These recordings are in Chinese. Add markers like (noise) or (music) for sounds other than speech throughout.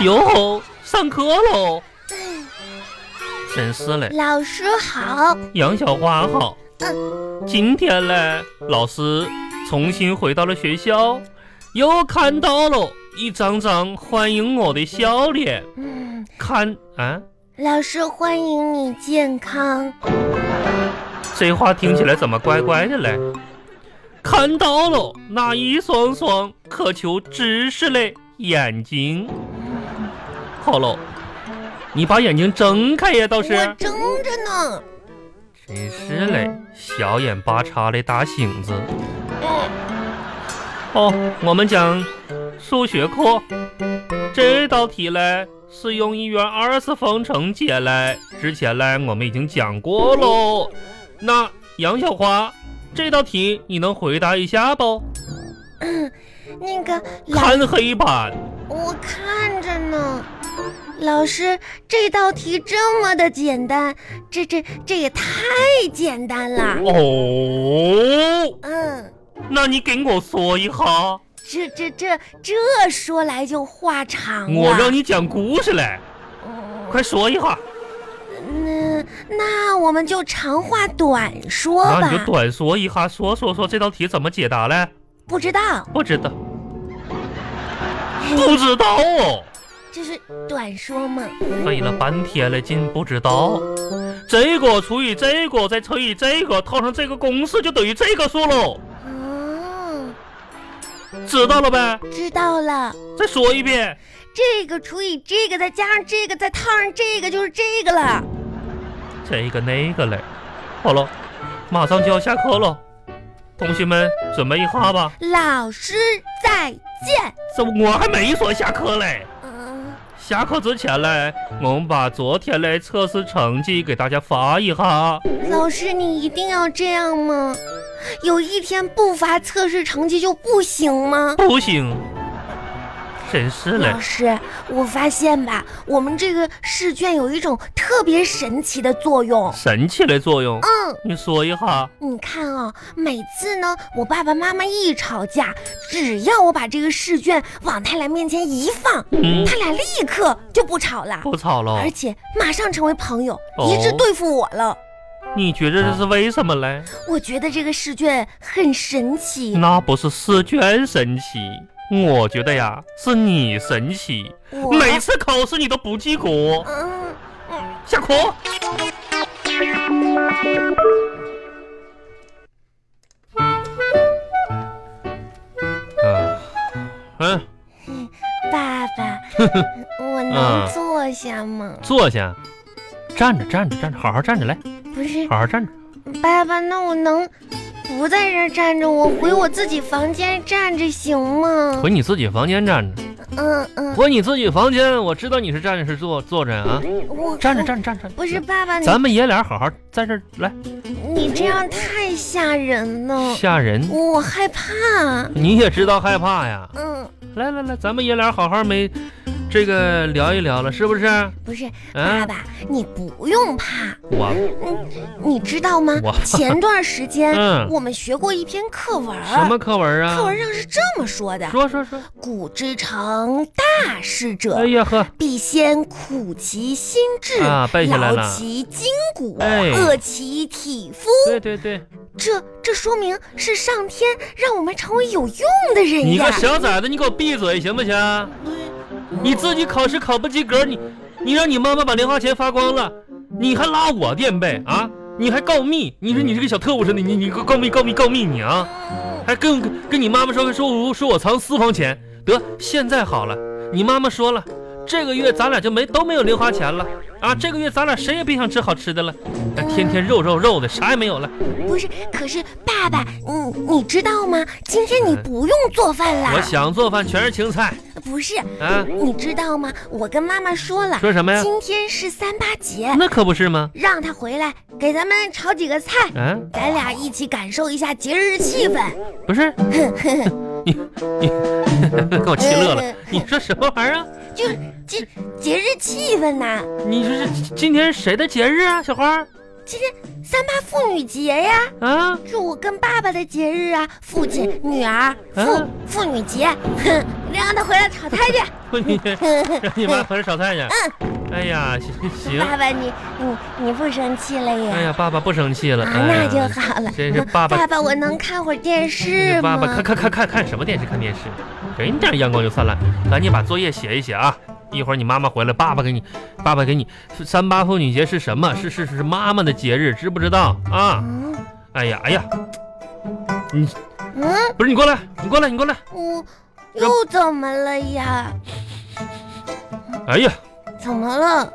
哟，上课喽！真是嘞，老师好，杨小花好。今天嘞，老师重新回到了学校，又看到了一张张欢迎我的笑脸。嗯，看啊，老师欢迎你健康。这话听起来怎么怪怪的嘞？看到了那一双双渴求知识嘞眼睛。好喽，你把眼睛睁开呀，倒是。我睁着呢。真是嘞，小眼巴叉的大星子。哦，我们讲数学课，这道题嘞是用一元二次方程解嘞。之前嘞我们已经讲过喽。那杨小花，这道题你能回答一下不？那个老，看黑板，我看着呢。老师，这道题这么的简单，这这这也太简单了。哦，嗯，那你给我说一下，这这这这说来就话长了。我让你讲故事嘞，快说一下。嗯，那我们就长话短说那吧啊你。就短说一下，说说说这道题怎么解答嘞？不知道，不知道，不知道哦。这是短说嘛？费了半天了劲，不知道。这个除以这个，再乘以这个，套上这个公式就等于这个数喽。哦，知道了呗？知道了。再说一遍。这个除以这个，再加上这个，再套上这个，就是这个了。这个那个嘞。好了，马上就要下课了，同学们准备一下吧。老师再见。这我还没说下课嘞。嗯、下课之前嘞，我们把昨天嘞测试成绩给大家发一下。老师，你一定要这样吗？有一天不发测试成绩就不行吗？不行，真是嘞老，师，我发现吧，我们这个试卷有一种特别神奇的作用。神奇的作用。嗯。你说一下，你看啊、每次呢，我爸爸妈妈一吵架，只要我把这个试卷往他俩面前一放，嗯，他俩立刻就不吵了，不吵了而。且马上成为朋友，哦一致对付我了。你觉得这是为什么嘞？我觉得这个试卷很神奇，那不是试卷神奇，我觉得呀，是你神奇。我每次考试你都不及格，嗯嗯，下课。啊嗯，爸 (laughs) 爸，我嗯能坐下吗？坐下，站着，站着，站着，好好站着，来，不是，好好站着。爸爸，那我能不在这儿站着，我回我自己房间站着行吗？回你自己房间站着，嗯嗯，回你自己房间。我知道你是站着是坐坐着啊，我站着我站着站着。不是爸爸，你咱们爷俩好好在这儿来，你这样太吓人了，吓人。嗯我害怕。你也知道害怕呀。嗯，来来来，咱们爷俩好好没这个聊一聊了，是不是？不是，爸啊，爸，你不用怕，我你知道吗我？前段时间嗯，我们学过一篇课文，什么课文啊课？文上是这么说的：说说说。古之成大事者哎，呀呵，必先苦其心志，啊背下来了劳其筋骨，哎饿其体肤。对对对，这这说明是上天让我们成为有用的人你哎呀个！小崽子，你给我闭嘴行不行？你自己考试考不及格，你你让你妈妈把零花钱花光了，你还拉我垫背啊？你还告密？你说你这个小特务似的，你你告密告密告密你啊？还跟跟你妈妈说说我说我藏私房钱，得现在好了，你妈妈说了，这个月咱俩就没都没有零花钱了啊，这个月咱俩谁也别想吃好吃的了，哎天天肉肉肉的，啥也没有了。不是，可是爸爸，你你知道吗？今天你不用做饭哎我啦。想做饭全是青菜不是，啊，你知道吗？我跟妈妈说了，说什么呀？今天是三八节，那可不是吗？让她回来给咱们炒几个菜，啊，咱俩一起感受一下节日气氛。不是， (laughs) 你你给我气乐了嗯，你说什么玩意儿啊？ (laughs) 就是节节日气氛呐、你这是今天是谁的节日啊，小花儿今天三八妇女节呀，啊？ (laughs) 是我跟爸爸的节日啊，父亲、女儿、啊妇妇女节，哼， (laughs) 真让他回来炒菜去。 (laughs) 你让你妈回来炒菜去。嗯，哎呀， (laughs) 行行，爸爸你你你不生气了呀？哎呀，爸爸不生气了，啊，哎那呀就好了。真是爸爸爸爸，我能看会儿电视爸吗？爸看看看看看什么电视？看电视，给你点阳光就灿烂。赶紧把作业写一写啊！一会儿你妈妈回来，爸爸给你，爸爸给你。三八妇女节是什么？是是是妈妈的节日，知不知道啊？嗯哎呀哎呀，嗯，不是你过来，你过来，你过来。我又怎么了呀？哎呀，怎么了？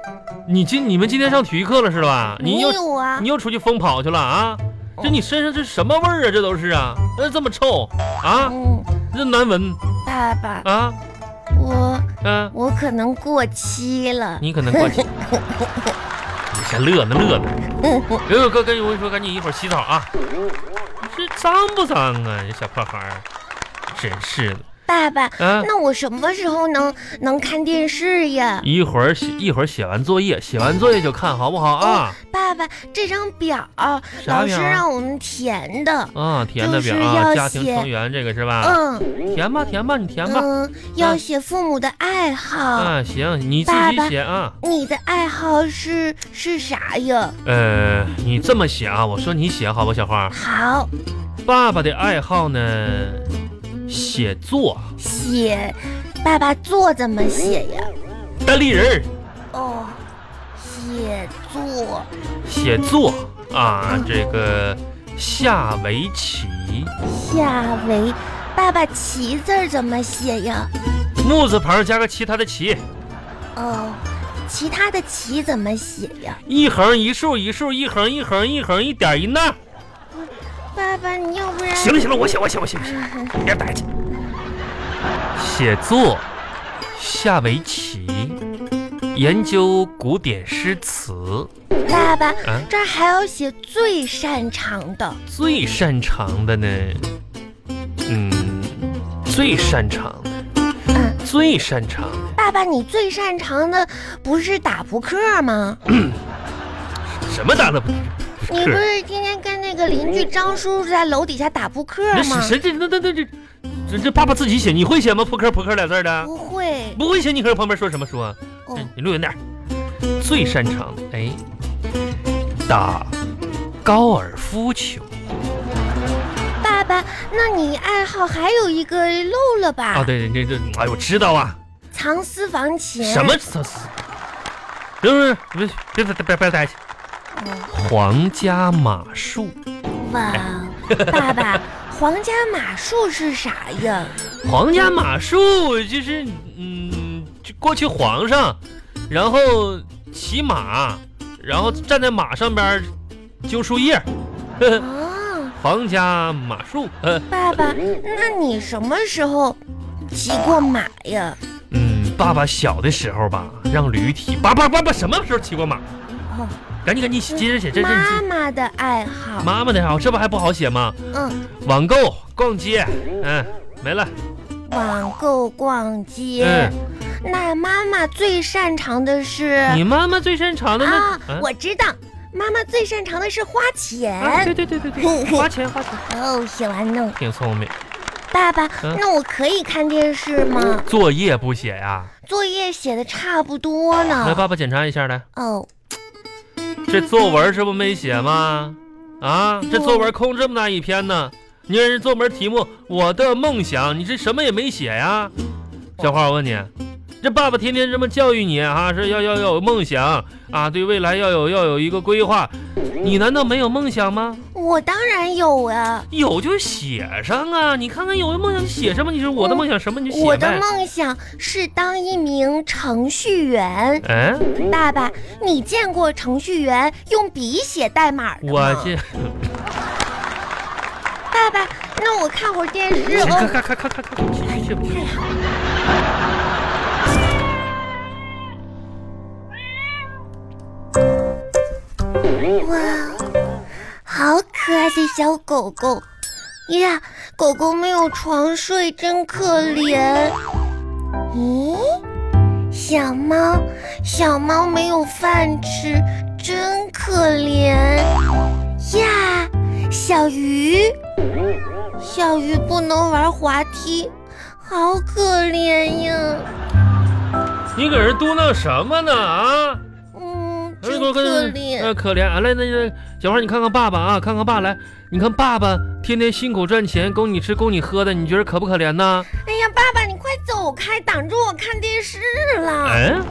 你今你们今天上体育课了是吧？你没又有啊哦你？又出去疯跑去了啊？这你身上这什么味儿啊？这都是啊，那这么臭啊，嗯，这难闻爸爸，啊，我嗯、我可能过期了。你可能过去，你先乐呢乐呢。嗯哥哥跟我跟你说，赶紧一会儿洗澡啊。这脏不脏啊？这小破孩儿，真是的爸爸，啊！那我什么时候能能看电视呀？一会儿写一会儿写完作业，写完作业就看好不好啊？爸爸，这张表啥老表师啊？让我们填的。啊，填的表哦就是啊，要家庭写成员这个是吧？嗯填吧填吧，你啊填吧。嗯，要嗯写父母的爱好。啊，行，你自爸己爸写啊。你的爱好是是啥呀？呃，你这么写啊，我说你写好吧，小花。好，爸爸的爱好呢，写作，写爸爸作怎么写呀？单立人儿。哦，写作，写作啊，这个下围棋，下围。爸爸棋字儿怎么写呀？木字旁加个其他的棋，哦，其他的棋怎么写呀？一横一竖一竖一横一横一横一点一捺。爸爸，你要不然行了行了，我写我写我写我写，别打去。写作，下围棋，研究古典诗词爸爸，啊，这儿还要写最擅长的。最擅长的呢，嗯，最擅长的，嗯，最擅长的。爸爸，你最擅长的不是打扑克吗？什么打的扑你不克？是天天跟那个邻居张叔叔在楼底下打扑克那吗是？谁这那那那这这这爸爸自己写，你会写吗？扑克扑克俩字儿的，不会，不会写，你搁这旁边说什么说？哦哎，你录远点儿。最擅长哎，打高尔夫球爸爸，那你爱好还有一个漏了吧？啊，对对对对，哎呦，我知道啊，藏私房钱。什么？这是？就是别别别别别待去，哦皇家马术，哇，爸爸，皇家马术是啥呀？皇家马术就是嗯，就过去皇上，然后骑马，然后站在马上边儿揪树叶儿，呵呵啊，皇家马术，呃，爸爸，那你什么时候骑过马呀？嗯，爸爸小的时候吧，让驴踢，爸爸爸爸什么时候骑过马？哦赶紧赶紧接着写，这这妈这妈的爱好，妈妈的好，这不还不好写吗？嗯，网购、逛街，嗯，没了，网购、逛街嗯。，那妈妈最擅长的是你妈妈最擅长的那啊，，嗯我知道，妈妈最擅长的是花啊，对钱。对对对对，花钱花钱，哦，写完弄。挺聪明。爸爸，嗯那我可以看电视吗？作业不写呀？作业写的差不多来，了。爸爸检查一下来，哦，这作文这不没写吗？啊，这作文空这么大一篇呢，你看这作文题目《我的梦想》，你这什么也没写呀？小花，我问你，这爸爸天天这么教育你啊，说要要要有梦想啊，对未来要有要有一个规划，你难道没有梦想吗？我当然有啊。有就写上啊，你看看有的梦想就写什么，你说我的梦想什么你就我写的呗。梦想是当一名程序员。哎，爸爸，你见过程序员用笔写代码的我吗？这爸爸，那我看会儿电视这看哦。看看看看看，去去去去。太好了，哇，好可爱的小狗狗呀！狗狗没有床睡，真可怜。咦，小猫，小猫没有饭吃，真可怜呀！小鱼，小鱼不能玩滑梯，好可怜呀。你搁这嘟囔什么呢啊？嗯，哎真我跟可呃，怜。可怜。啊、来，那个小花，你看看爸爸啊，看看爸来，你看爸爸天天辛苦赚钱，供你吃，供你喝的，你觉得可不可怜呢？哎呀，爸爸，你快走开，挡着我看电视了。嗯、